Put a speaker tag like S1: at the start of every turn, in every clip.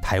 S1: 台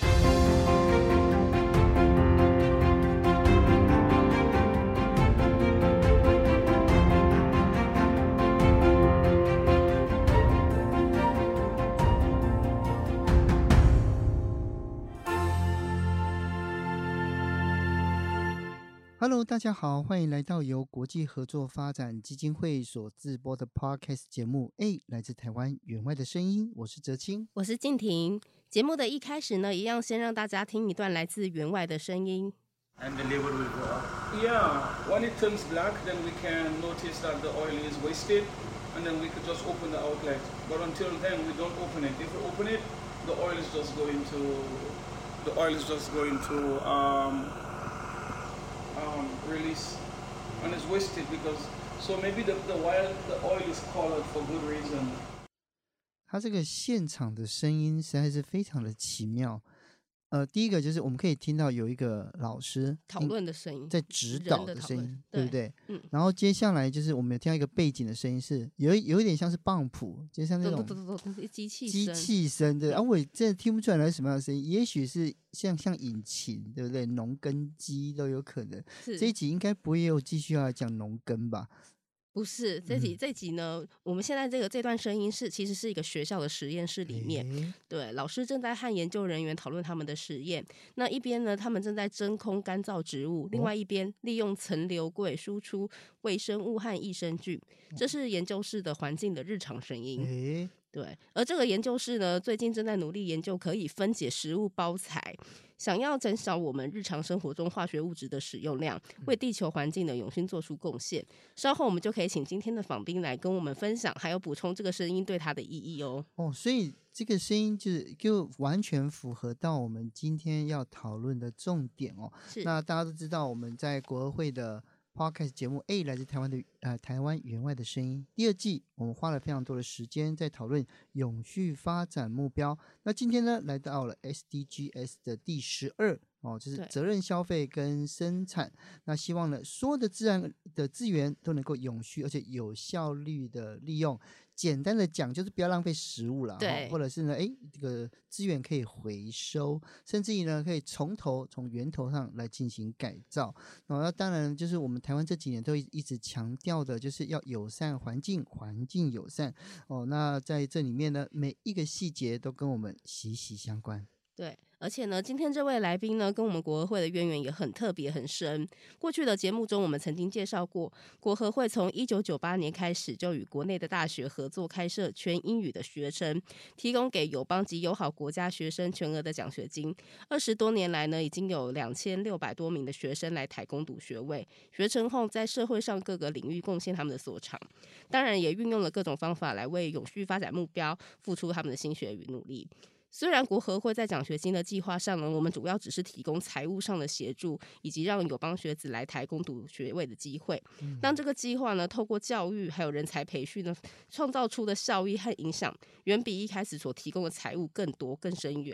S2: Hello，大家好，欢迎来到由国际合作发展基金会所自播的 Podcast 节目《哎，来自台湾员外的声音》，我是哲青。
S3: 我是静婷。节目的一开始呢，一样先让大家听一段来自员外的声音。
S4: and the labor will go up.
S5: Yeah, when it turns black, then we can notice that the oil is wasted, and then we could just open the outlet. But until then, we don't open it. If we open it, the oil is just going to, the oil is just going to um, um, release, and it's wasted because. So maybe the, the while the oil is colored for good reason.
S2: 他这个现场的声音实在是非常的奇妙。呃，第一个就是我们可以听到有一个老师
S3: 讨
S2: 应
S3: 论的声音，
S2: 嗯在指
S3: 人
S2: 导
S3: 的
S2: 的
S3: 讨
S2: 声
S3: 论
S2: 音，对不对？
S3: 嗯
S2: 然后接下来就是我们有听到一个背景的声音是，有一有一点像是棒谱，就像那
S3: 咚
S2: 种
S3: 咚咚咚咚，机器
S2: 机
S3: 声
S2: 器声对，啊，我也真的听不出来那是什么样的声音，也许是像像引擎，对不对？农耕机都有可能。
S3: 是
S2: 这一集应该不会有继续要来讲农耕吧？
S3: 不是这集、
S2: 嗯
S3: 这集呢？我们现在这个这段声音是其实是一个学校的实验室里面，
S2: 诶
S3: 对，老师正在和研究人员讨论他们的实验。那一边呢，他们正在真空干燥植物；
S2: 哦
S3: 另外一边利用层流柜输出微生物和益生菌。这是研究室的环境的日常声音。
S2: 哦诶，
S3: 对，而这个研究室呢，最近正在努力研究可以分解食物包材，想要减少我们日常生活中化学物质的使用量，为地球环境的永续做出贡献。稍后我们就可以请今天的访宾来跟我们分享，还有补充这个声音对它的意义哦。
S2: 哦，所以这个声音就是就完全符合到我们今天要讨论的重点哦。
S3: 是，
S2: 那大家都知道，我们在国合会的 podcast 节目《A 来自台湾的呃台湾员外的声音》第二季，我们花了非常多的时间在讨论永续发展目标。那今天呢，来到了 SDGs 的第十二哦，就是
S3: 对
S2: 责任消费跟生产。那希望呢，所有的自然的资源都能够永续而且有效率的利用。简单的讲，就是不要浪费食物了，
S3: 对
S2: 或者是呢，诶，这个资源可以回收，甚至于呢，可以从头从源头上来进行改造。然后，那当然就是我们台湾这几年都一一直强调的，就是要友善环境，环境友善哦。那在这里面呢，每一个细节都跟我们息息相关。
S3: 对，而且呢，今天这位来宾呢，跟我们国合会的渊源也很特别很深。过去的节目中，我们曾经介绍过，国合会从一九九八年开始就与国内的大学合作开设全英语的学程，提供给友邦及友好国家学生全额的奖学金。二十多年来呢，已经有两千六百多名的学生来台攻读学位，学成后在社会上各个领域贡献他们的所长，当然也运用了各种方法来为永续发展目标付出他们的心血与努力。虽然国合会在奖学金的计划上呢，我们主要只是提供财务上的协助，以及让友邦学子来台攻读学位的机会。但这个计划呢，透过教育还有人才培训呢，创造出的效益和影响，远比一开始所提供的财务更多、更深远。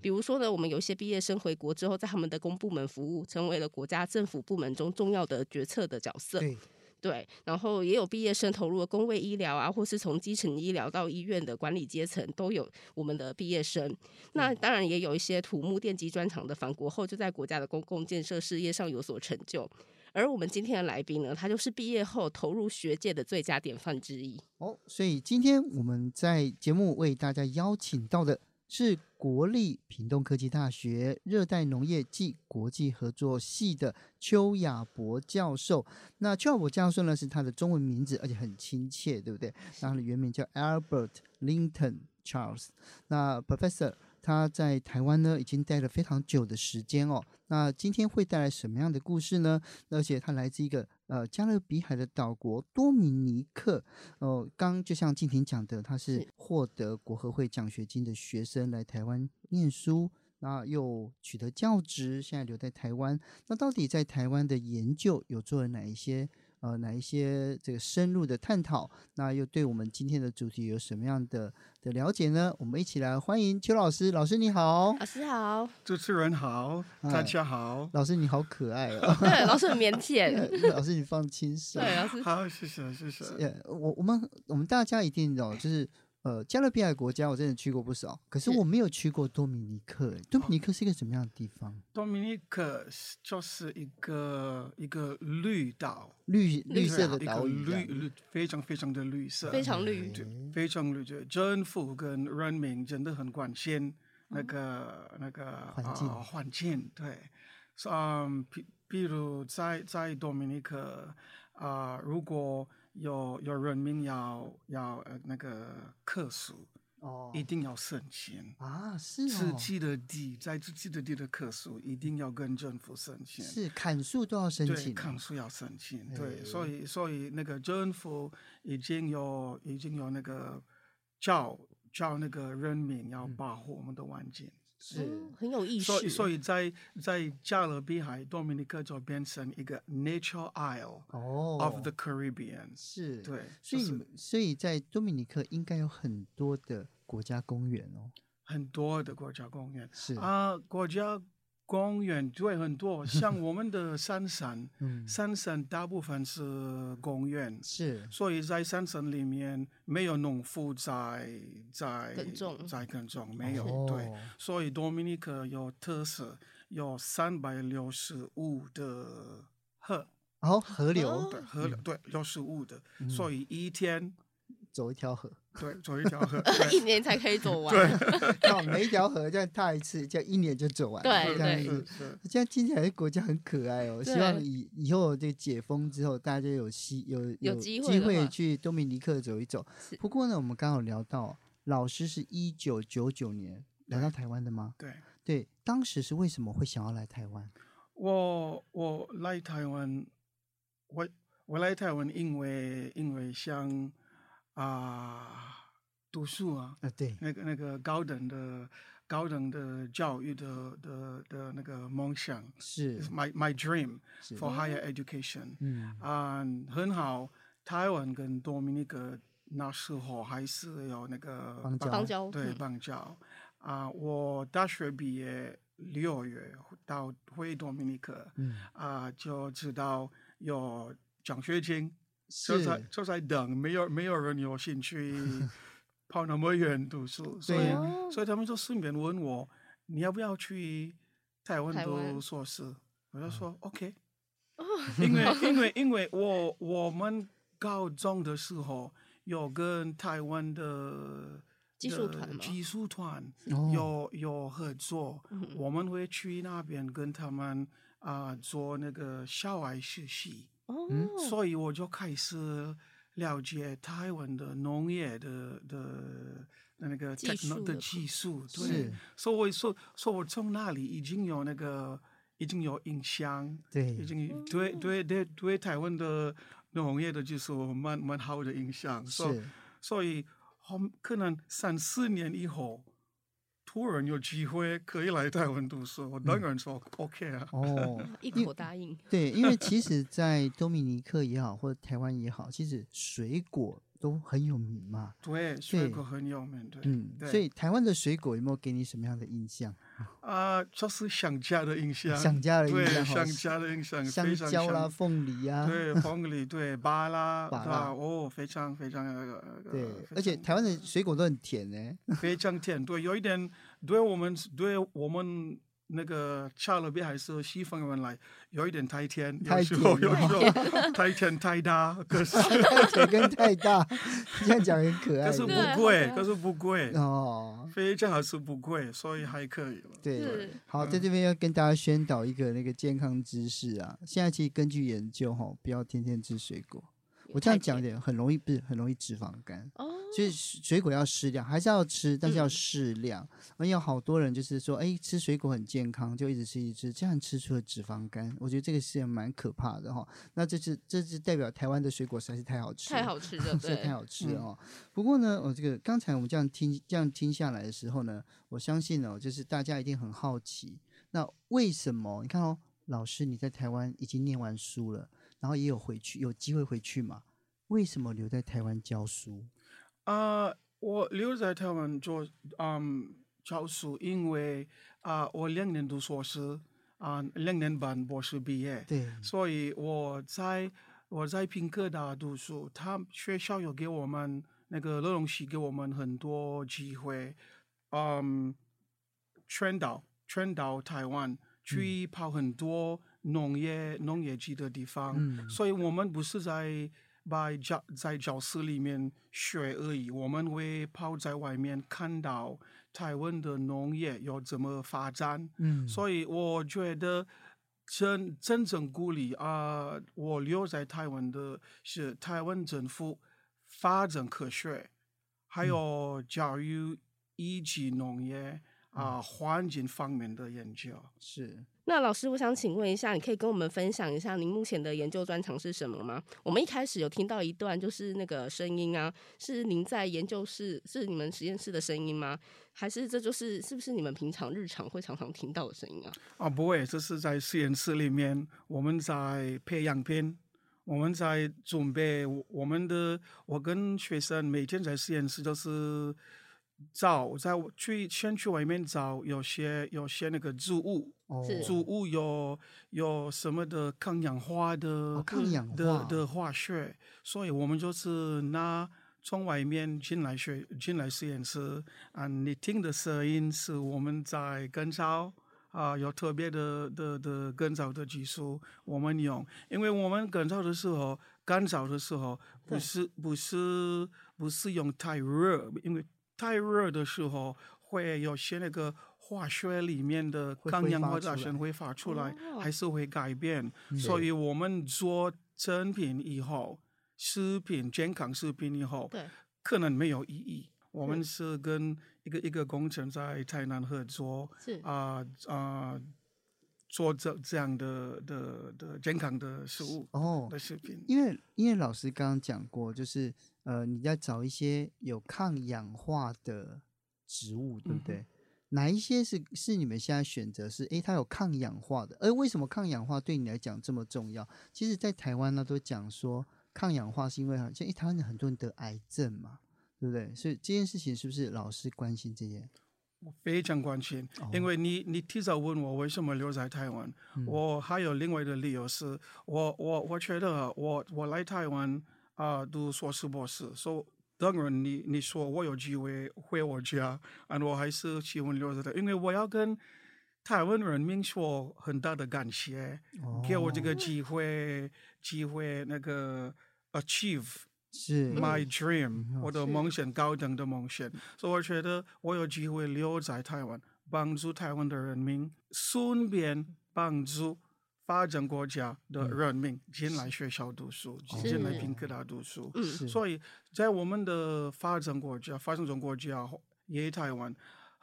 S3: 比如说呢，我们有一些毕业生回国之后，在他们的公部门服务，成为了国家政府部门中重要的决策的角色。
S2: 对，
S3: 对，然后也有毕业生投入了公卫医疗啊，或是从基层医疗到医院的管理阶层，都有我们的毕业生。
S6: 嗯
S3: 那当然也有一些土木电机专长的返国后，就在国家的公共建设事业上有所成就。而我们今天的来宾呢，他就是毕业后投入学界的最佳典范之一。
S2: 哦，所以今天我们在节目为大家邀请到的是国立屏东科技大学热带农业暨国际合作系的邱亚博教授。那邱亚博教授呢是他的中文名字，而且很亲切，对不对？那他的原名叫 Albert Linton Charles。那 Professor 他在台湾呢已经待了非常久的时间哦。那今天会带来什么样的故事呢？而且他来自一个呃加勒比海的岛国多米尼克。哦，刚就像静婷讲的，他是
S3: 是
S2: 获得国合会奖学金的学生来台湾念书，那又取得教职，现在留在台湾。那到底在台湾的研究有做了哪一些呃哪一些这个深入的探讨，那又对我们今天的主题有什么样的的了解呢？我们一起来欢迎邱老师，老师你好，
S3: 老师好，，
S6: 主持人好，
S2: 哎
S6: 大家好，
S2: 老师你好可爱哦
S3: 对，老师很腼腆，
S2: 老师你放轻松。
S6: 啊
S3: 对，老师
S6: 好，谢谢，谢谢。
S2: 呃，我我们我们大家一定懂，就是呃，加勒比海国家我真的去过不少，可是
S3: 是
S2: 我没有去过多米尼克欸。多米尼克是一个什么样的地方？
S6: 多米尼克是就是一个一个绿岛，
S2: 绿绿
S3: 绿
S2: 色
S3: 岛
S2: 的
S6: 一
S2: 岛
S6: 个
S2: 屿这
S6: 绿
S2: 样，
S6: 绿非常非常的绿色，
S3: 非常绿，
S6: 对非常绿的政府跟人民真的很关心那个、那个
S2: 环境
S6: 呃、环境对，是啊，比比如在在多米尼克啊、如果有有人民要要呃那个克数，
S2: 哦
S6: 一定要申请。
S2: 啊，是
S6: 自
S2: 哦，
S6: 己的地，在自己的地的克数一定要跟政府申请，
S2: 是砍树都要申
S6: 对，
S2: 请哎
S6: 抗
S2: 哦，
S6: 诉要申请，对，所以所以那个政府已经有已经有那个叫叫那个人民要保护我们的环境，
S2: 是
S3: 嗯很有意
S6: 所以
S3: 识，
S6: 所以在在加勒比海多米尼克就变成一个 Nature Isle
S2: 哦
S6: of the Caribbean，
S2: 是，
S6: 对
S2: 所以你
S6: 就是
S2: 们所以在多米尼克应该有很多的国家公园哦，
S6: 很多的国家公园
S2: 是
S6: 啊，国家公园对很多，像我们的三省，
S2: 嗯
S6: 三省大部分是公园，
S2: 是
S6: 所以在山城里面没有农夫在在
S3: 耕种
S6: 在耕种没有、
S2: 哦
S6: 对，所以多米尼克有特色，有三百六十五的河
S2: 然后河流
S6: 对河流、对六十五的，所以一天
S2: 走一条河，
S6: 对走一条 河，对
S3: 一年才可以走完，
S2: 哦，每一条河这样踏一次，这样一年就走完了，
S3: 对
S2: 这样
S3: 对
S2: 子
S6: 是。是
S2: 这样听起来国家很可爱哦。希
S3: 对
S2: 望以以后这个解封之后，大家有希有
S3: 有
S2: 机
S3: 机会的话
S2: 去多米尼克走一走
S3: 是。
S2: 不过呢，我们刚好聊到老师是一九九九年来到台湾的吗？
S6: 对。
S2: 对，当时是为什么会想要来台湾？
S6: 我我来台湾，我我来台湾，因为因为像啊、读书啊，
S2: 啊，对，
S6: 那个那个高等的高等的教育的的的那个梦想
S2: 是
S6: ，is my my dream
S2: 是
S6: for higher education。
S2: 嗯，
S6: 啊、很好，台湾跟多米尼克那时候还是有那个
S2: 邦交
S3: 邦交
S6: 对
S3: 嗯
S6: 邦交啊、我大学毕业六月到回多米尼克，
S2: 嗯
S6: 啊、就知道有奖学金，就是在就在等，没有没有人有 兴趣跑那么远读书，所
S2: 对
S6: 以、
S3: 啊
S6: 所以他们就顺便问我，你要不要去台湾
S3: 台湾哦
S6: 读硕士？我就说、OK，因为因为因为我我们高中的时候有跟台湾的
S3: 技术团
S6: 的
S3: 吗
S6: 技术团
S2: 哦
S6: 有有合作，
S3: 嗯
S6: 我们会去那边跟他们啊、做那个校外实习，
S3: 哦，
S6: 嗯所以我就开始了解台湾的农业的的的那个
S3: 技术
S6: techno
S3: 的
S6: 的技术，对
S2: 是，，
S6: 所以我说说我从那里已经有那个已经有印象，已
S2: 对，
S3: 嗯
S6: 经对对对对台湾的农业的技术蛮蛮好的印象，所以
S2: 是
S6: 所以后可能三四年以后，突然有机会可以来台湾读书，我当然说 OK 啊。
S2: 嗯 哦。
S3: 一口答应，
S2: 对，因为其实，在多米尼克也好，或者台湾也好，其实水果都很有名嘛。
S6: 对，水果很有名，对，
S2: 嗯，
S6: 对
S2: 所以台湾的水果有没有给你什么样的印象？
S6: 啊、就是想家的印象，
S2: 想家的印象
S6: 对，
S2: 好
S6: 想家的印象，
S2: 香
S6: 非常
S2: 蕉啦、
S6: 想
S2: 凤梨啊，
S6: 对，凤梨，对，芭拉，
S2: 芭
S6: 对
S2: 拉
S6: 吧，哦，非常非常那个，那个
S2: 对
S6: 呃非，
S2: 而且
S6: 常
S2: 台湾的水果都很甜呢、
S6: 非常甜，对，有一点对我们对我们那个加勒比还是西方人来，有一点太甜，
S2: 太
S6: 有时候
S2: 甜
S6: 有时候 太甜太大，可是
S2: 太甜跟太大，这样讲很可爱
S6: 可是
S2: 的。
S3: 对
S6: 不贵
S3: 好，
S6: 可是不贵，
S2: 哦，
S6: 非常还是不贵，所以还可以了。
S2: 对
S3: 是，
S6: 嗯
S2: 好，在这边要跟大家宣导一个那个健康知识啊。现在其实根据研究哈，不要天天吃水果。我这样讲一点，很容易不是很容易脂肪肝。
S3: 哦，
S2: 所以水水果要适量，还是要吃，但是
S3: 嗯
S2: 要适量。而有好多人就是说，哎，吃水果很健康，就一直吃一直吃，这样吃出了脂肪肝。我觉得这个是蛮可怕的哈。那这是这是代表台湾的水果实在是太好吃了，
S3: 太好 吃了，
S2: 实在
S3: 对嗯
S2: 太，好吃了哦。不过呢，我、这个刚才我们这样听这样听下来的时候呢，我相信哦，就是大家一定很好奇，那为什么？你看哦，老师你在台湾已经念完书了，然后也有回去，有机会回去嘛？为什么留在台湾教书？
S6: 啊，我留在台湾做嗯教书，因为啊、我两年读硕士，啊、两年半博士毕业，
S2: 对，
S6: 所以我在我在平科大读书，他学校有给我们那个乐龙西给我们很多机会，嗯，宣导宣导台
S2: 嗯
S6: 湾，去跑很多农业农业级的地方，
S2: 嗯
S6: 所以我们不是在在教在教室里面学而已，我们会跑在外面看到台湾的农业要怎么发展，
S2: 嗯
S6: 所以我觉得真真正鼓励啊、我留在台湾的是台湾政府发展科学，还有教育以及农业啊、环境方面的研究。
S2: 是
S3: 那老师，我想请问一下，你可以跟我们分享一下您目前的研究专长是什么吗？我们一开始有听到一段，就是那个声音啊，是您在研究室，是你们实验室的声音吗？还是这就是是不是你们平常日常会常常听到的声音啊？
S6: 啊，不会，这是在实验室里面，我们在培养片，我们在准备我我们的，我跟学生每天在实验室都是找，在我去先去外面找有些有些那个植物，
S2: 哦，
S3: 是
S6: 植物有有什么的抗氧化的、
S2: 哦抗氧化
S6: 的的化学，所以我们就是拿从外面进来学进来实验室啊，你听的声音是我们在根草啊，有特别的的的根草的技术我们用，因为我们根草的时候干燥的时候不
S3: 对
S6: 是不是不是用太热，因为太热的时候会有些那个化学里面的
S2: 会
S6: 抗
S2: 挥
S6: 氧
S2: 发
S6: 化
S2: 出
S6: 大神
S2: 来
S6: 挥发出来，
S3: 哦
S6: 还是会改变。所以我们做成品以后，食品健康食品以后，
S3: 对，
S6: 可能没有意义。我们是跟一个一个工程在台南合作，
S3: 是哦
S6: 啊啊、做这这样的的的健康的食物
S2: 哦，
S6: 的食品。
S2: 因为因为老师刚刚讲过，就是呃，你要找一些有抗氧化的植物，对
S6: 嗯
S2: 不
S6: 哼
S2: 对？哪一些是是你们现在选择是诶，它有抗氧化的？而为什么抗氧化对你来讲这么重要？其实，在台湾呢，都讲说抗氧化是因为好像诶，台湾很多人得癌症嘛，对不对？所以这件事情是不是老师关心这些？
S6: 我非常关心，因为你你提早问我为什么留在台湾，我还有另外的理由是，我我我觉得啊我我来台湾啊、读硕士博士，所、以当然你你说我有机会回我家，啊，我还是喜欢留在这，因为我要跟台湾人民说很大的感谢，给我这
S2: 哦
S6: 个机会机会那个 achieve。
S2: 是
S6: my dream，、
S2: 嗯
S6: 我的梦想，高等的梦想。所以我觉得我有机会留在台湾，帮助台湾的人民，顺便帮助发展国家
S2: 嗯
S6: 的人民进来学校读书，
S2: 哦
S6: 进来平科大读书。
S2: 是
S6: 所以在我们的发展国家、发展中国家，也台湾。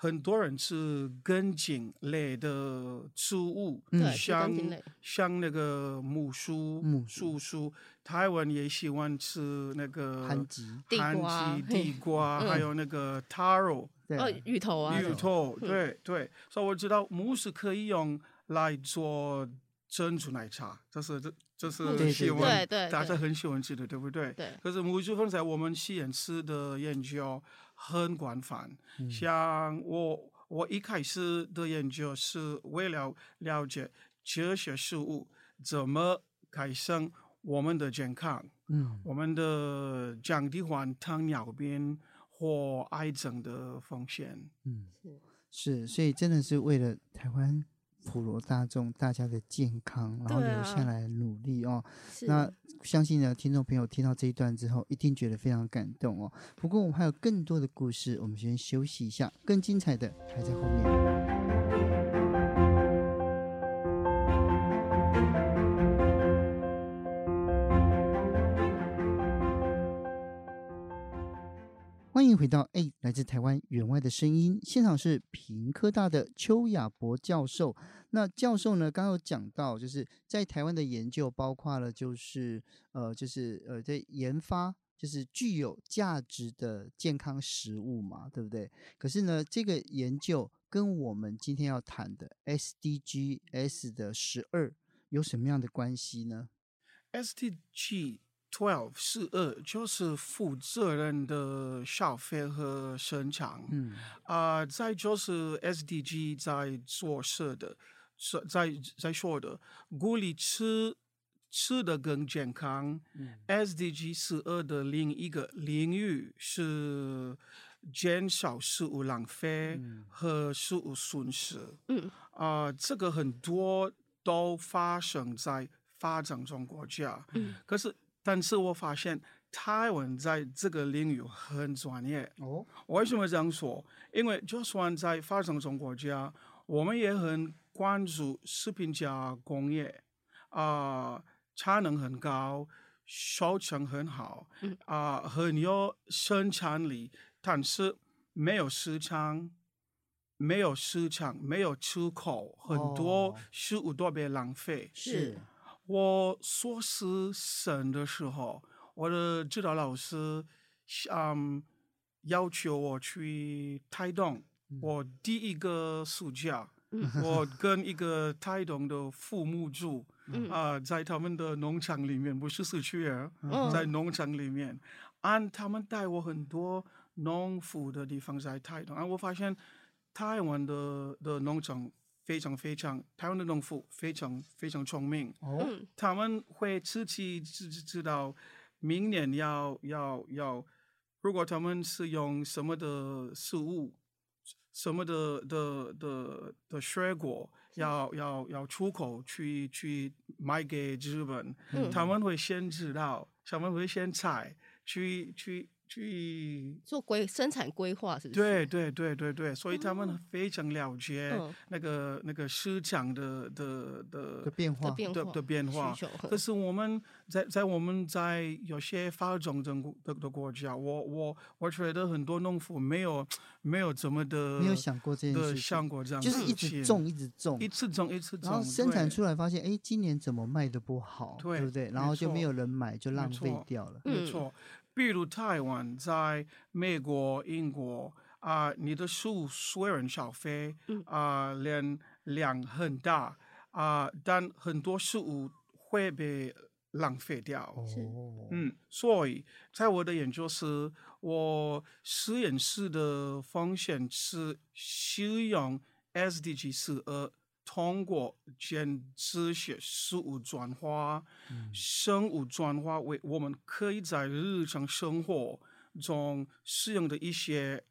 S6: 很多人是根茎类的植物，
S2: 嗯
S3: 对是根
S6: 像
S3: 茎类
S6: 像那个木薯、
S2: 木薯
S6: 树薯，台湾也喜欢吃那个
S2: 潘吉
S3: 地
S6: 番
S3: 瓜嗯
S6: 茄
S3: 嘿
S6: 地 瓜，还有那个 taro
S2: 对啊
S3: 哦，芋头啊，
S6: 芋头，对对，所以我知道木是可以用来做珍珠奶茶，这是这这
S3: 嗯
S6: 是
S2: 对
S6: 喜
S2: 对
S6: 欢
S3: 对对
S6: 大家
S3: 对
S6: 很喜欢吃的，对不对？
S3: 对
S6: 可是木薯粉在我们西验室的研究很广泛，像我我一开始的研究是为了了解这些食物怎么改善我们的健康。
S2: 嗯，
S6: 我们的降低患糖尿病或癌症的风险。
S2: 嗯，是，所以真的是为了台湾普罗大众大家的健康，然后
S3: 对
S2: 留
S3: 啊
S2: 下来努力哦。
S3: 是
S2: 那相信呢，听众朋友听到这一段之后，一定觉得非常感动哦。不过我们还有更多的故事，我们先休息一下，更精彩的还在后面。欢迎回到《哎，来自台湾员外的声音》，现场是平科大的邱亚博教授。那教授呢，刚刚有讲到，就是在台湾的研究包括了，就是呃，就是呃，在研发就是具有价值的健康食物嘛，对不对？可是呢，这个研究跟我们今天要谈的 SDGs 的十二有什么样的关系呢？
S6: SDG twelve 四二就是负责任的消费和生产，
S2: 嗯
S6: 啊、再就是 SDG 在做事的，是在在说的，鼓励吃吃的更健康。SDG 十二的另一个领域是减少食物浪费和食物损失。
S3: 嗯，
S6: 啊、这个很多都发生在发展中国家。
S3: 嗯，
S6: 可是，但是我发现台湾在这个领域很专业。
S2: 哦，
S6: 为什么这样说？因为就算在发展中国家，我们也很关注食品加工业，啊、产能很高，收成很好
S3: 嗯，
S6: 啊、很有生产力，但是没有市场，没有市场，没有出口，很多
S2: 哦
S6: 食物都被浪费。
S3: 是
S2: 是
S6: 我硕士生的时候，我的指导老师，嗯，要求我去台东。我第一个暑假，我跟一个台东的父母住，
S3: 嗯
S6: 啊、在他们的农场里面，不是市区啊，
S3: 嗯
S6: 在农场里面，按他们带我很多农夫的地方在台东，啊，我发现台湾的的农场非常非常，台湾的农夫非常非常聪明，
S2: 哦，
S3: 嗯
S6: 他们会自己知知知道明年要要要，如果他们是用什么的食物，什么的的的的水果，要要要出口去去卖给日本，
S3: 嗯
S6: 他们会先知道，他们会先采，去去去，
S3: 做规生产规划是不是？
S6: 对对对对对，所以他们非常了解
S3: 嗯
S6: 那个、那个市场的的
S2: 的
S6: 的
S2: 变
S3: 的
S2: 化，
S3: 变
S6: 的
S3: 化
S6: 的变化
S3: 需求
S6: 可是我们在在我们在有些发展中国的的国家，我我我觉得很多农夫没有没有怎么的
S2: 没有想过这件
S6: 的
S2: 事
S6: 想
S2: 情，
S6: 过这样
S2: 就
S6: 的
S2: 是一
S6: 事
S2: 直
S6: 情，
S2: 种，一直种
S6: 一，次种一次种，
S2: 然后生产
S6: 对
S2: 出来发现，哎，今年怎么卖的不好，
S6: 对
S2: 不对？
S6: 没
S2: 然后就没
S6: 错
S2: 有人买，就
S6: 没
S2: 浪费
S6: 错
S2: 掉了。
S3: 嗯
S6: 没错，比如台湾在美国、英国啊、你的树虽然消费
S3: 嗯
S6: 啊、量量很大啊、但很多事物会被浪费掉。
S3: 是
S2: 哦，
S6: 嗯，所以在我的研究是，我实验室的风险是使用 SDG 四二，通过将这些事物转化、生物转化为我们可以在日常生活中使用的一些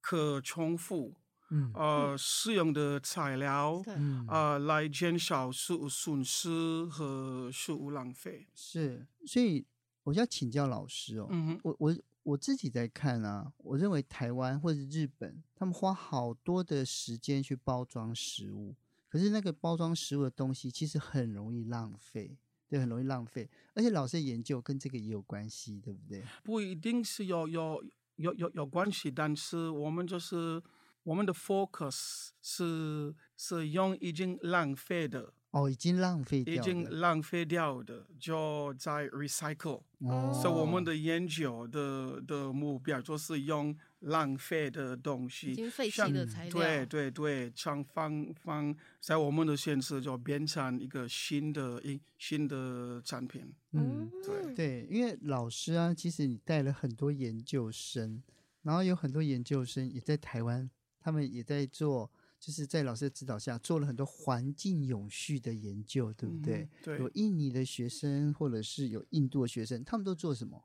S6: 可重复、
S2: 嗯
S6: 呃使用的材料。
S3: 对
S2: 嗯
S6: 啊、来减少食物损失和食物浪费。
S2: 是，所以我要请教老师哦，
S6: 嗯哼，
S2: 我我我自己在看啊，我认为台湾或者日本，他们花好多的时间去包装食物，可是那个包装食物的东西其实很容易浪费，对，很容易浪费，而且老师的研究跟这个也有关系，对不对？
S6: 不一定是有有有有有关系，但是我们就是我们的 focus 是是用已经浪费的、
S2: 哦，已经浪费
S6: 已
S2: 掉
S6: 经
S2: 了，
S6: 浪费掉的，就在 recycle。
S2: 哦，
S6: 所以我们的研究的的目标就是用浪费的东西，
S3: 已经废弃
S6: 像
S3: 的材料，
S6: 对对对，像方方在我们的县市就变成一个新的一新的产品。
S2: 嗯，
S6: 对
S2: 对，因为老师啊，其实你带了很多研究生，然后有很多研究生也在台湾，他们也在做，就是在老师的指导下做了很多环境永续的研究，对不对
S6: 嗯？对
S2: 有印尼的学生，或者是有印度的学生，他们都做什么？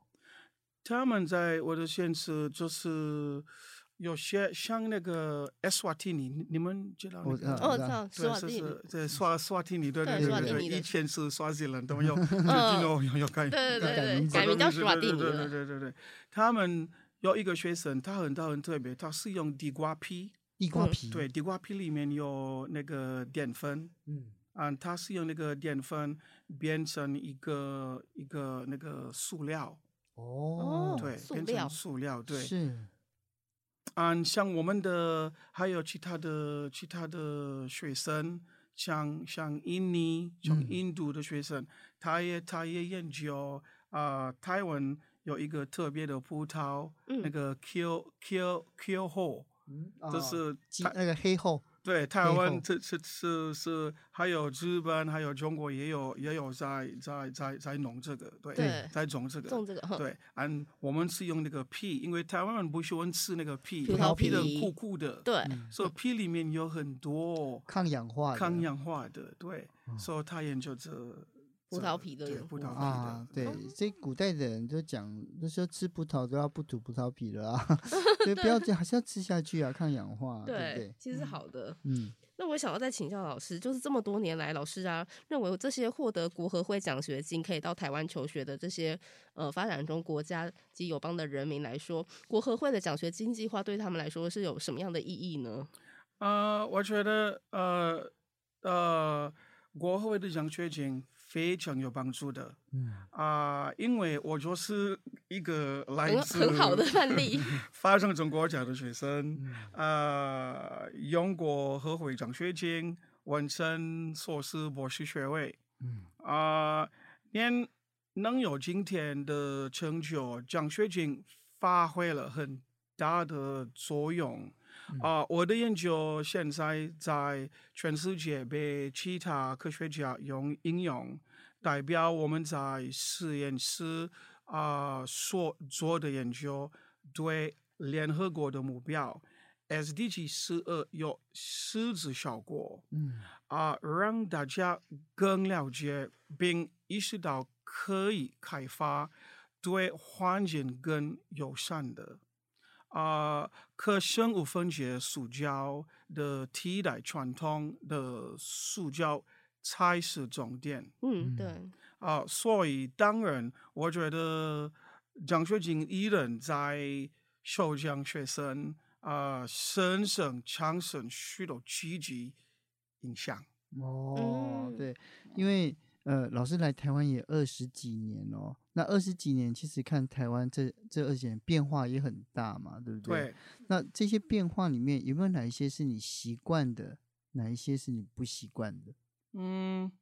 S6: 他们在我的县市就是有些像那个 s w a t i n i 你你们知道那
S2: 我
S6: 个？
S2: 呃
S3: 哦，我
S2: 对
S3: 知道，斯瓦
S6: 对，是
S3: 蒂尼
S6: 是，对，刷刷蒂尼，对
S3: 对
S6: 对
S2: 斯瓦蒂
S6: 对
S3: 尼
S6: 对，
S3: 的嗯
S6: 以前是刷新人，他们有有有 有有改，
S3: 对对
S2: 改名
S3: 对对，
S2: 字
S3: 改名叫史
S6: 斯
S3: 瓦蒂尼
S6: 对
S3: 了
S6: 对。对对对，他们有一个学生，他很他很特别，他是用地瓜皮，
S2: 地瓜
S3: 嗯
S2: 皮，
S6: 对，，地瓜皮里面有那个淀粉，
S2: 嗯，
S6: 啊，它是用那个淀粉变成一个一个那个塑料，
S2: 哦，
S6: 对，
S3: 塑
S6: 变
S3: 料
S6: 成塑料，对，
S2: 是，
S6: 嗯，像我们的还有其他的其他的学生，像像印尼、像
S2: 嗯
S6: 印度的学生，他也他也研究啊、呃台湾有一个特别的葡萄，那
S3: 嗯哦
S6: 个 Q Q Q 后，
S2: 嗯，
S6: 就
S2: 啊
S6: 是
S2: 鸡
S6: 台
S2: 那个黑后，
S6: 对，台
S2: 背后
S6: 湾这这是是还有日本，还有中国也有也有在在在在弄这个，对，
S3: 对
S6: 在种这个，
S3: 种这个哼
S6: 对，俺我们是用那个屁，因为台湾人不喜欢吃那个屁，
S3: 葡萄
S6: 屁的
S3: 皮
S6: 苦苦的，，
S3: 对，
S2: 嗯
S6: 所以屁里面有很多
S2: 抗氧化的
S6: 抗氧化的，对，所以他研究这
S3: 葡
S6: 这
S3: 萄皮的嗯
S6: 对
S3: 原
S6: 葡
S3: 物
S6: 萄
S2: 啊，
S6: 皮的，
S2: 对，所以古代的人就讲，那时候吃葡萄都要不吐葡萄皮了啊，所以不要这样，还是要吃下去啊，抗氧化啊，对不对？
S3: 其实是好的。
S2: 嗯，
S3: 那我想要再请教老师，就是这么多年来，老师啊认为这些获得国合会奖学金可以到台湾求学的这些呃发展中国家及友邦的人民来说，国合会的奖学金计划对他们来说是有什么样的意义呢？
S6: 呃，我觉得呃呃，国会的奖学金非常有帮助的，
S2: 嗯
S6: 啊、因为我就是一个来
S3: 很
S6: 自
S3: 很好的范例
S6: 发生中国奖的学生，啊、英国和会奖学金，完成硕士博士学位，
S2: 嗯
S6: 啊、连能有今天的成就，奖学金发挥了很大的作用。啊、我的研究现在在全世界被其他科学家用应用，代表我们在实验室啊、所做的研究对联合国的目标 SDG 十二有实质效果。
S2: 嗯
S6: 啊，让大家更了解并意识到可以开发对环境更友善的啊可生物分解塑胶的替代传统的塑胶才是重点。
S3: 嗯，
S2: 嗯
S3: 对，
S6: 啊，所以当然，我觉得奖学金依然在授奖学生啊身上产生许多积极影响。
S2: 哦
S3: 嗯，
S2: 对，因为呃，老师来台湾也二十几年哦，那二十几年其实看台湾这这二十年变化也很大嘛，对不对？
S6: 对，
S2: 那这些变化里面有没有哪一些是你习惯的，哪一些是你不习惯的？
S6: 嗯，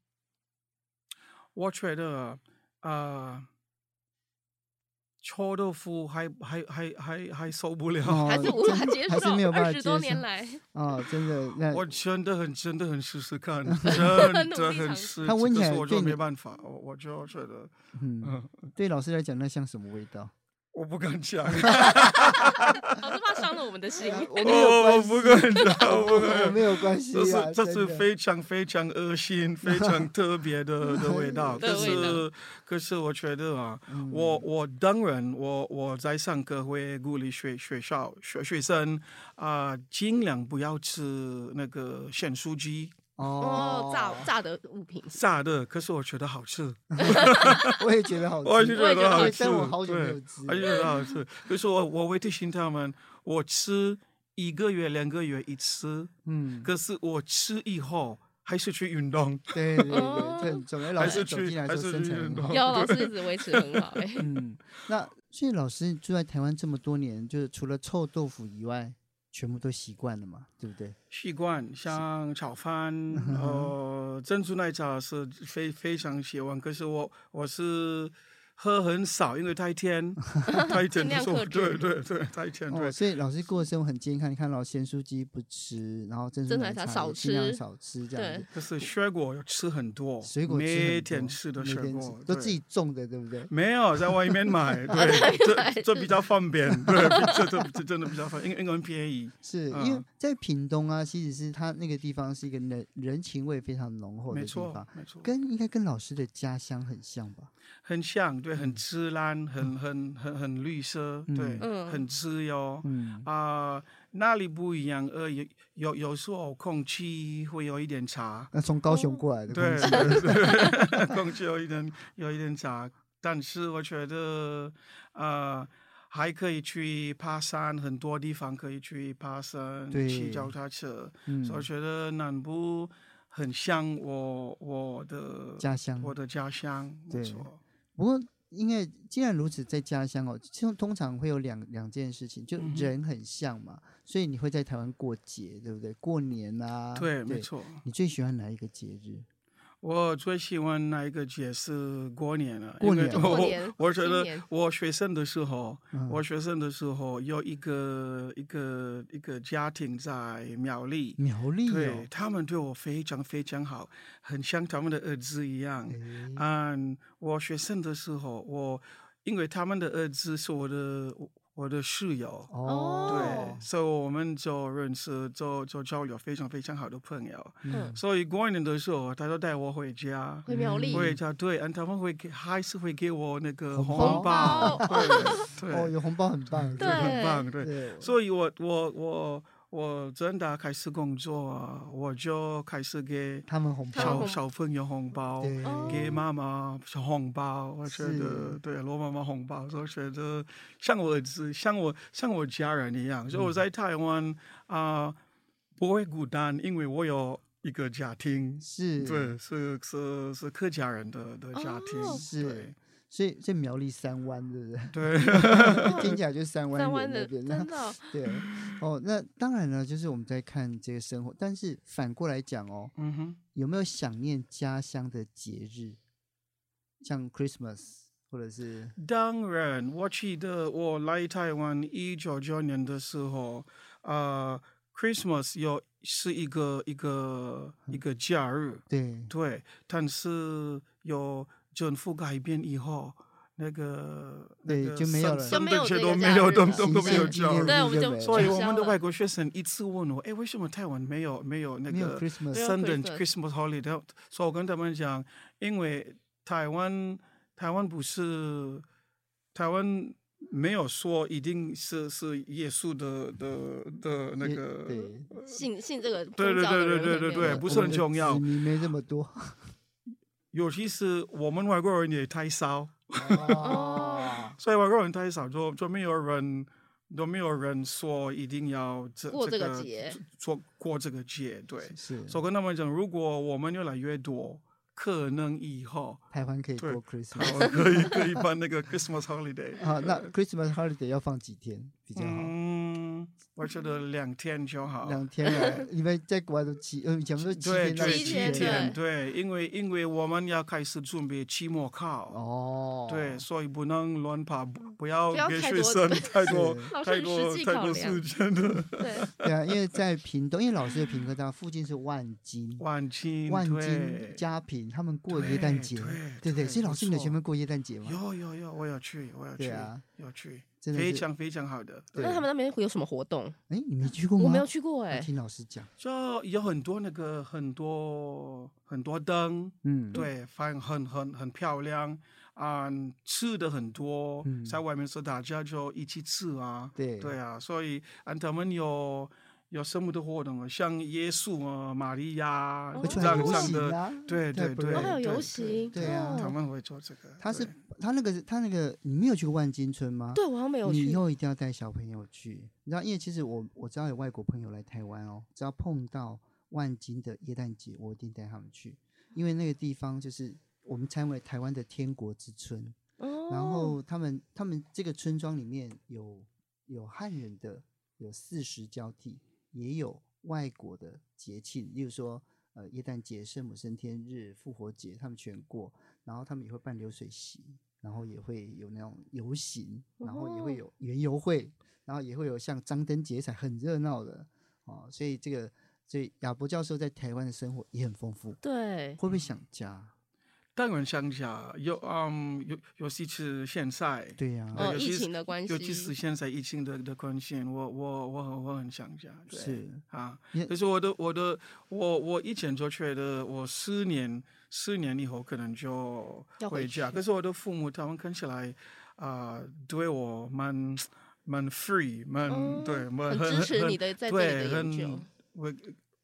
S6: 我觉得啊，臭豆腐还还还还还受不了。
S2: 哦
S3: 还是无法
S2: 真
S3: 接受，
S2: 还是没有办法
S3: 二
S2: 接
S3: 十
S2: 受
S3: 多年来，
S2: 啊、真的，那
S6: 我真的很真的很试 试看，真的
S3: 尝
S6: 很
S3: 试
S6: 试，
S2: 它闻起
S6: 可是
S2: 来
S6: 我
S2: 对
S6: 就没
S2: 你
S6: 办法，我我就觉得
S2: 嗯，对老师来讲，那像什么味道？
S6: 我不 敢讲。
S3: 老师怕伤了我们的心。
S2: 我没有啊
S6: 哦，
S2: 关
S6: 我
S2: 系，
S6: 不敢讲，我不敢
S2: 我
S6: 讲
S2: 没。有关系
S6: 这
S2: 啊
S6: 是这是
S2: 真的
S6: 非常非常恶心、非 常特别的的味道。
S3: 的
S6: 可
S3: 味道
S6: 是可是我觉得啊，
S2: 嗯
S6: 我我当然我我在上课会鼓励学学校学学生啊、尽量不要吃那个咸酥鸡
S3: 哦，炸炸的物品，
S6: 炸的。可是我觉得好吃，
S2: 我也觉得好吃，
S6: 我也觉得好
S2: 对
S6: 吃，
S2: 但我好久没
S6: 对
S2: 有吃
S6: 我也觉得好吃。可是我我会提醒他们，我吃一个月、两个月一次。
S2: 嗯，
S6: 可是我吃以后还是去运动，
S2: 对对对，
S3: 哦
S2: 这很重要。老
S6: 还
S2: 师
S6: 是
S2: 走
S6: 去
S2: 进来
S6: 还
S2: 说
S6: 是
S2: 身
S6: 去
S2: 材很
S6: 运
S2: 好
S6: 动
S3: 有，老师一直维持得很好、哎，
S2: 嗯，那所以老师住在台湾这么多年，就是除了臭豆腐以外，全部都习惯了嘛，对不对？
S6: 习惯像炒饭，
S2: 嗯
S6: 呃，珍珠奶茶是非非常喜欢，可是我我是。喝很少，因为 太甜，太
S3: 尽
S6: 甜
S3: 量
S6: 就是
S3: 克
S6: 我对
S3: 制
S6: 对对，太甜对
S2: 哦，。所以老师过的生活很健康。你看，老咸酥鸡不吃，然后珍珠
S3: 珍珠
S2: 奶
S3: 奶茶
S2: 茶
S3: 少
S2: 也尽量
S3: 吃
S2: 少吃这样
S3: 对
S2: 子。，
S6: 可是水果要吃很多，
S2: 水果吃
S6: 每
S2: 很
S6: 天
S2: 多
S6: 吃的
S2: 每
S6: 水
S2: 天
S6: 果
S2: 吃都自
S6: 对
S2: 己种的，对不对？
S6: 没有在外 面买，对，这这比较方便，对，这这这真的比较方便，因为因为很便宜。
S2: 是因为
S6: 嗯
S2: 在屏东啊，其实是它那个地方是一个人人情味非常浓厚的
S6: 没
S2: 地
S6: 错
S2: 方，，
S6: 没错，
S2: 跟应该跟老师的家乡很像吧？
S6: 很像，
S2: 嗯
S6: 对，很自然，很很很很绿色，对，
S3: 嗯
S6: 很自由。
S2: 嗯，
S6: 啊、那里不一样，呃，有有有时候空气会有一点差，
S2: 那从高雄过来的
S6: 哦对，
S2: 公司，
S6: 对对 空气有一点有一点差，但是我觉得，呃，还可以去爬山，很多地方可以去爬山，
S2: 对
S6: 骑脚踏车，
S2: 嗯
S6: 所以我觉得南部很像我我的
S2: 家乡
S6: 我的家乡，
S2: 对
S6: 没错，
S2: 不过，因为既然如此，在家乡哦，就通常会有两两件事情，就
S6: 嗯哼
S2: 人很像嘛，所以你会在台湾过节，对不对？过年啊，
S6: 对，没。错。
S2: 你最喜欢哪一个节日？
S6: 我最喜欢那一个节是过年了，
S2: 过
S6: 因为
S2: 年
S3: 过年
S6: 我我觉
S3: 新
S6: 得
S3: 年
S6: 我学生的时候，
S2: 嗯
S6: 我学生的时候有一个一个一个家庭在苗栗，
S2: 苗栗
S6: 对
S2: 哦，
S6: 他们对我非常非常好，很像他们的儿子一样。
S2: 哎
S6: 嗯，我学生的时候，我因为他们的儿子是我的我的室友，
S3: 哦
S6: 对，所以我们就认识，就就交流非常非常好的朋友。
S3: 嗯，
S6: 所以过年的时候，他就带我回家，
S3: 回苗栗，
S6: 回家对，嗯，他们会给还是会给我那个
S2: 红
S6: 红包，
S3: 包
S6: 对
S2: 哦，
S6: 对，
S2: 有红包很棒，
S6: 就
S3: 对
S6: 很棒，对。
S2: 对，
S6: 所以我我我我真的开始工作啊，我就开始给
S2: 他们红
S3: 他
S2: 包
S3: 们
S6: 小
S3: 红，
S6: 小朋友红包，
S2: 对，
S3: 哦
S6: 给妈妈小红包，我觉
S2: 是
S6: 得对罗妈妈红包，我觉得像我儿子，像我像我家人一样，
S2: 嗯
S6: 所以我在台湾啊、不会孤单，因为我有一个家庭，
S2: 是，
S6: 对，是是是客家人的的家庭，
S3: 哦
S2: 是所以这苗栗三湾，对不对？
S6: 对
S2: 听起来就是三湾
S3: 三湾
S2: 人
S3: 的
S2: 那边，
S3: 真的
S2: 对，哦，那当然了，就是我们在看这个生活，但是反过来讲哦，
S6: 嗯哼，
S2: 有没有想念家乡的节日，像 Christmas 或者是
S6: 当然，我记得我来台湾一九九年的时候，呃，Christmas 有是一个一个一个假日，
S2: 对
S6: 对，但是有政府改变以后，那个
S2: 对
S6: 那个
S2: 就没有
S6: 三
S2: 了
S6: 三
S3: 就没有
S6: 个节
S3: 这
S6: 都
S3: 个
S6: 没
S3: 假
S6: 有，
S3: 日
S6: 都
S3: 了
S6: 都都没有
S2: 形象
S6: 教
S2: 纪。念
S3: 对，
S2: 日
S3: 我们
S2: 就
S3: 就
S2: 没了
S6: 所以
S3: 取
S6: 我
S3: 消
S6: 们的
S3: 了
S6: 外国学生一直问我，哎，为什么台湾没有没有那
S2: 没有
S6: 个
S3: 啊
S2: Christmas
S6: 圣诞
S3: Christmas
S6: Christmas holiday？所以我跟他们讲，因为台湾台湾不是台湾。没有说一定是是耶稣的的的那
S2: 也
S6: 个
S2: 对
S3: 信信这个宗
S6: 对对
S3: 教的
S6: 对
S3: 人
S6: 对
S3: 很
S6: 对对
S3: 没有
S6: 对，不是很重要
S2: 子。民没这么 多
S6: 尤其是我们外国人也太少，
S3: 哦，
S6: 所以外国人太少，就就没有人都没有人说一定要这
S3: 过这
S6: 这
S3: 个
S6: 个
S3: 节
S6: 做做过这个节，对。
S2: 是
S6: 所以跟他们讲，如果我们越来越多，可能以后
S2: 台湾可以过
S6: 对台
S2: Christmas
S6: 湾可以可以办那个 Christmas holiday。
S2: 啊，那 Christmas holiday 要放几天比较好？
S6: 嗯，我觉得两天就好。
S2: 两天啊，因为在国外都七，嗯，以前不是七
S6: 对
S2: 到
S6: 对，
S3: 七
S2: 七
S3: 天
S6: 七天
S3: 对
S6: 对，因为因为我们要开始准备期末考。
S2: 哦，
S6: 对，所以不能乱跑，不不要
S3: 不要
S6: 给
S3: 太
S6: 学
S3: 多
S6: 生太
S2: 多
S6: 多
S3: 老师
S6: 太
S3: 实
S6: 多
S3: 际
S6: 太
S3: 考
S6: 多
S3: 量
S6: 时间的。
S3: 对，
S2: 对啊，因为在屏东，因为老师的屏科大附近是万金。
S6: 万金，
S2: 万
S6: 对
S2: 金家平他们过耶诞
S6: 对
S2: 节，
S6: 对
S2: 对对，
S6: 对
S2: 所以老
S6: 不
S2: 师你有
S6: 错
S2: 前面过耶诞节吗？
S6: 有有有，我有去，我有
S2: 对
S6: 去，
S2: 啊
S6: 有去，
S2: 真的
S6: 非
S2: 是
S6: 常非常好的。
S2: 对
S3: 那他们那边有什么活动？
S2: 哎，你没去过吗？
S3: 我没有去过哎
S2: 我，听老师讲，
S6: 就有很多那个很多很多灯，
S2: 嗯，
S6: 对，反很很很漂亮啊、吃的很多，
S2: 嗯
S6: 在外面时候大家就一起吃啊，
S2: 对
S6: 对啊，所以啊他们有有什么的活动啊，像耶稣啊、玛利亚
S3: 哦
S2: 会
S6: 这
S2: 穿
S6: 样
S2: 游
S6: 这样
S2: 行
S6: 的，
S2: 啊，
S6: 对
S2: 在
S6: 对
S2: 本
S6: 对，
S3: 哦，还有
S6: 对
S3: 游
S6: 对
S3: 行，
S2: 对啊
S6: 他
S3: 哦
S6: 们会做这个，
S2: 他是
S6: 对
S2: 他那个他那个，你没有去过万金村吗？
S3: 对，我好像没有
S2: 你以
S3: 去，
S2: 后一定要带小朋友去，你知道，因为其实我我知道有外国朋友来台湾哦，只要碰到万金的耶诞节，我一定带他们去，因为那个地方就是我们称为台湾的天国之春。
S3: 哦
S2: 然后他们他们这个村庄里面有有汉人的，有四时交替，也有外国的节庆，例如说呃耶诞节、圣母升天日、复活节，他们全过。然后他们也会办流水席，然后也会有那种游行，然后也
S3: 哦
S2: 会有园游会，然后也会有像张灯结彩，很热闹的哦。所以这个所以亚伯教授在台湾的生活也很丰富，
S3: 对
S2: 会不会想家？
S6: 当然乡下有嗯有有其是现在，
S2: 对啊呀、
S3: 哦
S6: 尤
S3: 疫
S6: 其是
S3: 情的关
S6: 尤其
S3: 系
S6: 是现在疫情的的关系，我我我很我很想家，
S3: 哦
S6: 对
S2: 是
S6: 啊
S2: 也，
S6: 可是我的我的我我以前就觉得我四年四年以后可能就
S3: 要回
S6: 回家，
S3: 去
S6: 可是我的父母他们看起来啊、对我蛮蛮 free，蛮、
S3: 哦
S6: 对，蛮
S3: 很支持你的在这里的
S6: 对，
S3: 研究
S6: 很我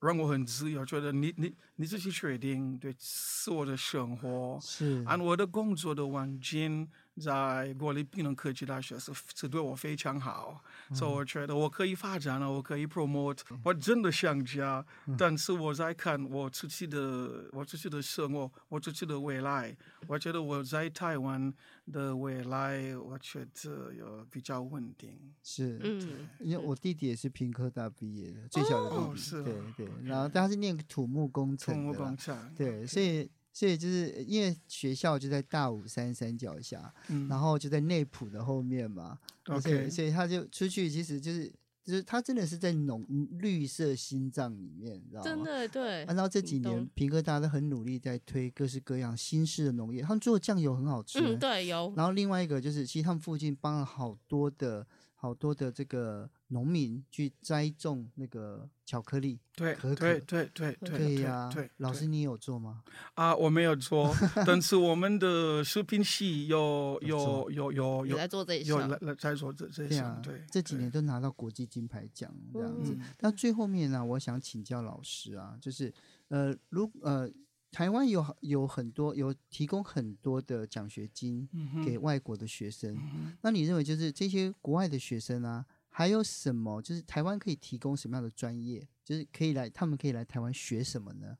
S6: 让我很自由，觉得你你你自己决定，对，是我的生活。
S2: 是
S6: 按我的工作的环境，在国立槟城科技大学是是对我非常好，
S2: 嗯
S6: 所以我觉得我可以发展了，我可以 promote，我真的想家，
S2: 嗯
S6: 但是我在看我自己的我自己的生活，我自己的未来，我觉得我在台湾的未来，我觉得有比较稳定。
S2: 是，
S3: 嗯，
S2: 因为我弟弟也是平科大毕业的，最小的弟弟，
S6: 哦是
S2: 对
S6: 哦
S2: 对，然后但他是念土木工
S6: 土
S2: 程
S6: 木
S2: 的啦
S6: 工，程，
S2: 对，所以所以就是因为学校就在大武山山脚下，
S6: 嗯
S2: 然后就在内埔的后面嘛，而且
S6: OK
S2: 所以他就出去，其实就是就是他真的是在农绿色心脏里面，你知道啊吗？
S3: 真的对。
S2: 按照这
S3: 屏
S2: 几年
S3: 东，
S2: 平哥大家都很努力在推各式各样新式的农业，他们做的酱油很好吃、啊
S3: 嗯，对，有
S2: 然后另外一个就是，其实他们附近帮了好多的好多的这个农民去栽种那个巧克力。
S6: 对
S2: 可
S6: 对
S2: 可啊
S6: 对对对
S2: 对呀、
S6: 对，
S2: 老
S6: 对
S2: 师你有做吗？
S6: 啊，我没有做，但是我们的食品系有
S2: 有
S6: 有
S2: 做
S6: 有有
S3: 有
S6: 有
S3: 在做这一
S6: 有
S3: 项
S6: 来，来在做这这
S2: 对
S6: 些
S2: 啊，，
S6: 对，
S2: 这几
S6: 对
S2: 年都拿到国际金牌奖这样子
S6: 嗯。
S2: 那最后面呢、我想请教老师啊，就是呃，如呃，台湾有好有很多有提供很多的奖学金
S6: 嗯
S2: 给外国的学生，那你认为就是这些国外的学生啊，还有什么就是台湾可以提供什么样的专业，就是可以来他们可以来台湾学什么呢？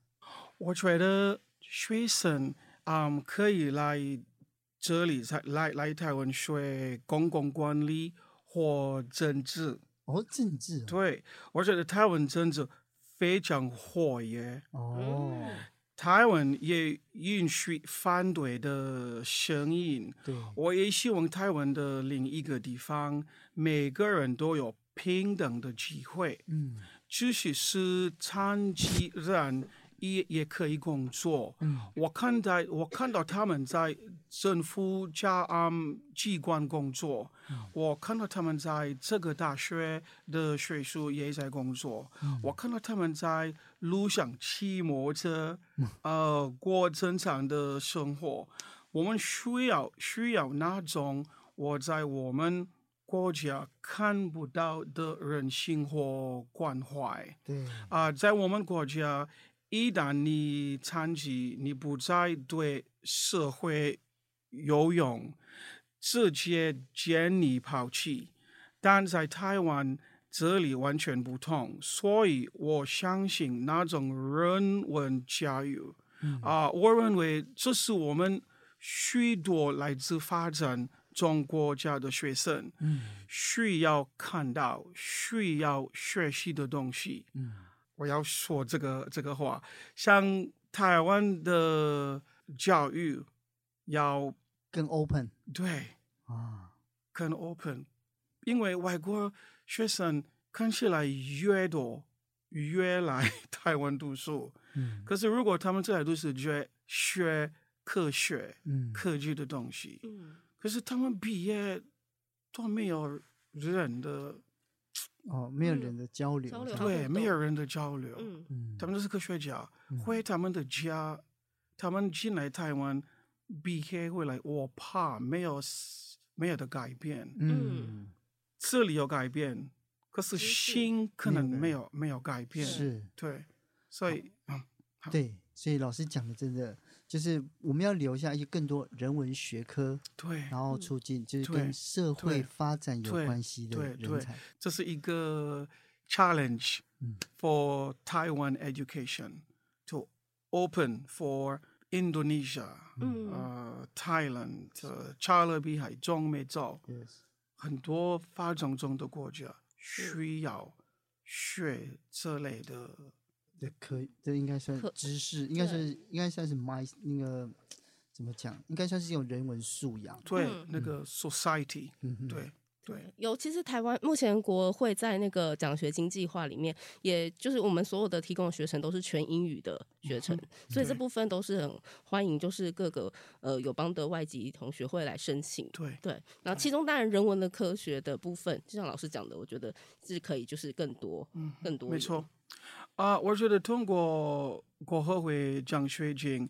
S6: 我觉得学生啊、嗯可以来这里才来来台湾学公共管理或政治。
S2: 哦，政治哦
S6: 对，我觉得台湾政治非常活跃，
S2: 哦，
S6: 台湾也允许反对的声音。
S2: 对，
S6: 我也希望台湾的另一个地方，每个人都有平等的机会。
S2: 嗯
S6: 即使是残疾人也也可以工作。
S2: 嗯
S6: 我看到我看到他们在政府家嗯机关工作，我看到他们在这个大学的学术也在工作，我看到他们在路上骑摩托车，呃，过正常的生活。我们需要需要那种我在我们国家看不到的人性或关怀。
S2: 对，
S6: 啊、在我们国家，一旦你残疾，你不再对社会有用，直接将你抛弃。但在台湾这里完全不同，所以我相信那种人文教育啊、我认为这是我们许多来自发展中国家的学生需要看到、需要学习的东西。我要说这个这个话，像台湾的教育要
S2: 更 open
S6: 对
S2: 啊，
S6: 更 open，因为外国学生看起来越多，越来 台湾读书。
S2: 嗯
S6: 可是如果他们这来都是学学科学、
S2: 嗯，
S6: 科技的东西，
S3: 嗯，
S6: 可是他们毕业都没有人的
S2: 哦，没有
S3: 嗯
S2: 人的交流
S3: 交
S2: 这
S3: 流
S2: 样，
S3: 好
S6: 对，
S3: 互
S6: 没有
S3: 动
S6: 人的交流。
S3: 嗯，
S2: 嗯
S6: 他们都是科学家，
S2: 嗯
S6: 回他们的家，他们进来台湾，毕业回来，我怕没有 s- 没有的改变，
S2: 嗯
S3: 嗯，
S6: 这里有改变，可是
S3: 知识
S6: 心可能
S2: 没
S6: 没
S2: 有
S6: 有没有改变，
S2: 是
S6: 对，所以嗯好
S2: 对，所以老师讲的真的就是我们要留下一些更多人文学科，
S6: 对，
S2: 然后促进就是
S6: 嗯对
S2: 跟社会
S6: 对
S2: 发展有
S6: 对
S2: 关系的
S6: 对
S2: 人
S6: 对
S2: 才。
S6: 这是一个 challenge
S2: 嗯
S6: for Taiwan education to open for Indonesia,
S3: 嗯
S6: 呃 Thailand、呃查勒比海、中美洲。
S2: Yes，
S6: 很多发展中的国家需要学这类的，
S2: 这可以，这应该算
S3: 可
S2: 知识，应该
S3: 对
S2: 算是应该算是 my 那个怎么讲，应该算是一种人文素养。
S6: 对、
S3: 嗯
S6: 那个 society，、
S2: 嗯哼，
S6: 对对
S3: 有，其实台湾目前国会在那个奖学金计划里面，也就是我们所有的提供的学程都是全英语的学程，所以这
S6: 嗯对
S3: 部分都是很欢迎，就是各个呃友邦的外籍同学会来申请。
S6: 对
S3: 对，然后其中当然人文的科学的部分，就像老师讲的，我觉得是可以就是更多，嗯，更多，
S6: 没错，。啊、我觉得通过国合会奖学金，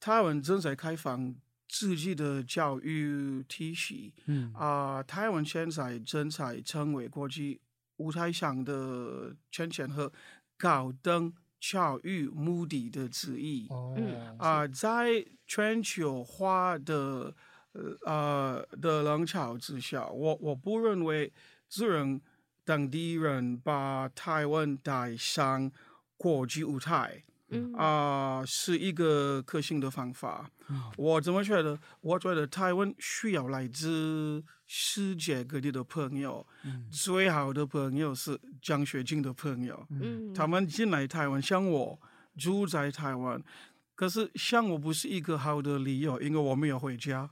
S6: 台湾正在开放自己的教育体系。
S2: 嗯
S6: 啊、台湾现在正在成为国际舞台上的圈圈和高等教育目的的之一。
S2: 哦，
S3: 嗯
S6: 啊、在全球化的呃呃的浪潮之下，我我不认为只能当地人把台湾带上国际舞台
S3: 嗯
S6: 啊、是一个可行的方法。
S3: 嗯
S6: 我怎么觉得？我觉得台湾需要来自世界各地的朋友，最好的朋友是奖学金的朋友。
S3: 嗯嗯，
S6: 他们进来台湾，像我住在台湾，可是像我不是一个好的理由，因为我没有回 家，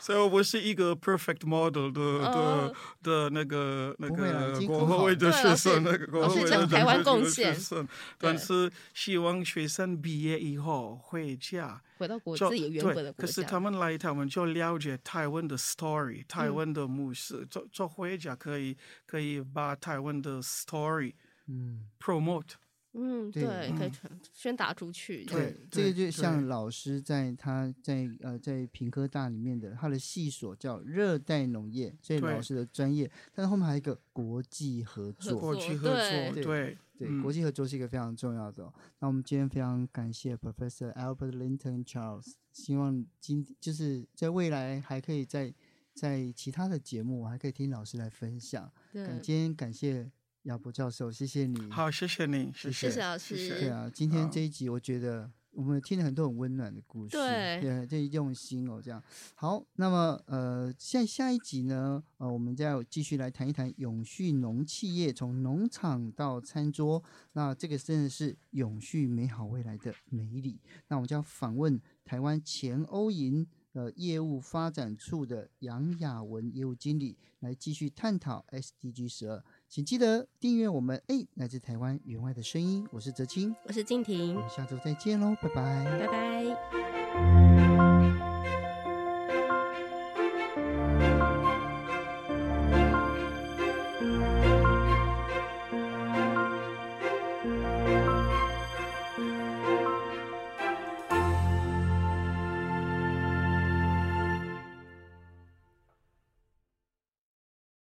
S6: 所以我不是一个 perfect model
S3: 嗯
S6: 的的的那个那
S2: 不会啦
S6: 个
S2: 已经
S6: 国
S2: 很好
S6: 会
S3: 对
S6: 的
S3: 老
S6: 学
S3: 师
S6: 生，那个国
S3: 老师
S6: 会
S3: 讲
S6: 的
S3: 台湾贡
S6: 学
S3: 献
S6: 生，
S3: 对
S6: 但是希望学生毕业以后回家。
S3: 回到国
S6: 就
S3: 自己原
S6: 对
S3: 本的国
S6: 可是
S3: 家。
S6: 他们来台湾就了解台湾的 story，台
S3: 嗯
S6: 湾的故事，就就回家可以可以把台湾的 story
S2: 嗯，
S6: promote。
S3: 嗯，
S2: 对
S3: 对，可以传宣达出去。这样
S2: 对，这个
S6: 对
S2: 就
S6: 对
S2: 像老师在他在呃在平科大里面的他的系所叫热带农业，所以
S6: 对
S2: 老师的专业，但是后面还有一个国际合
S3: 合
S2: 作
S3: 作，
S6: 过去合
S3: 对
S6: 作，对
S2: 对，
S6: 嗯
S2: 国际合作是一个非常重要的哦、那我们今天非常感谢 Professor Albert Linton Charles，希望今就是在未来还可以在在其他的节目，我还可以听老师来分享。感
S3: 对，
S2: 今天感谢亚博教授，谢谢你。
S6: 嗯好，谢谢你，
S2: 谢
S3: 谢
S2: 谢
S3: 谢老
S2: 对
S3: 师。
S2: 啊，今天
S6: 好
S2: 这一集我觉得我们听了很多很温暖的故事，
S3: 对
S2: 对，这用心哦，这样好。那么呃，下下一集呢，呃，我们再继续来谈一谈永续农企业，从农场到餐桌，那这个真的是永续美好未来的美里。那我们将访问台湾前欧银。呃，业务发展处的杨雅文业务经理来继续探讨 SDG 十二，请记得订阅我们。哎，来自台湾员外的声音，我是哲青，
S3: 我是静
S2: 我
S3: 婷，
S2: 们下周再见喽，拜拜。
S3: 拜拜。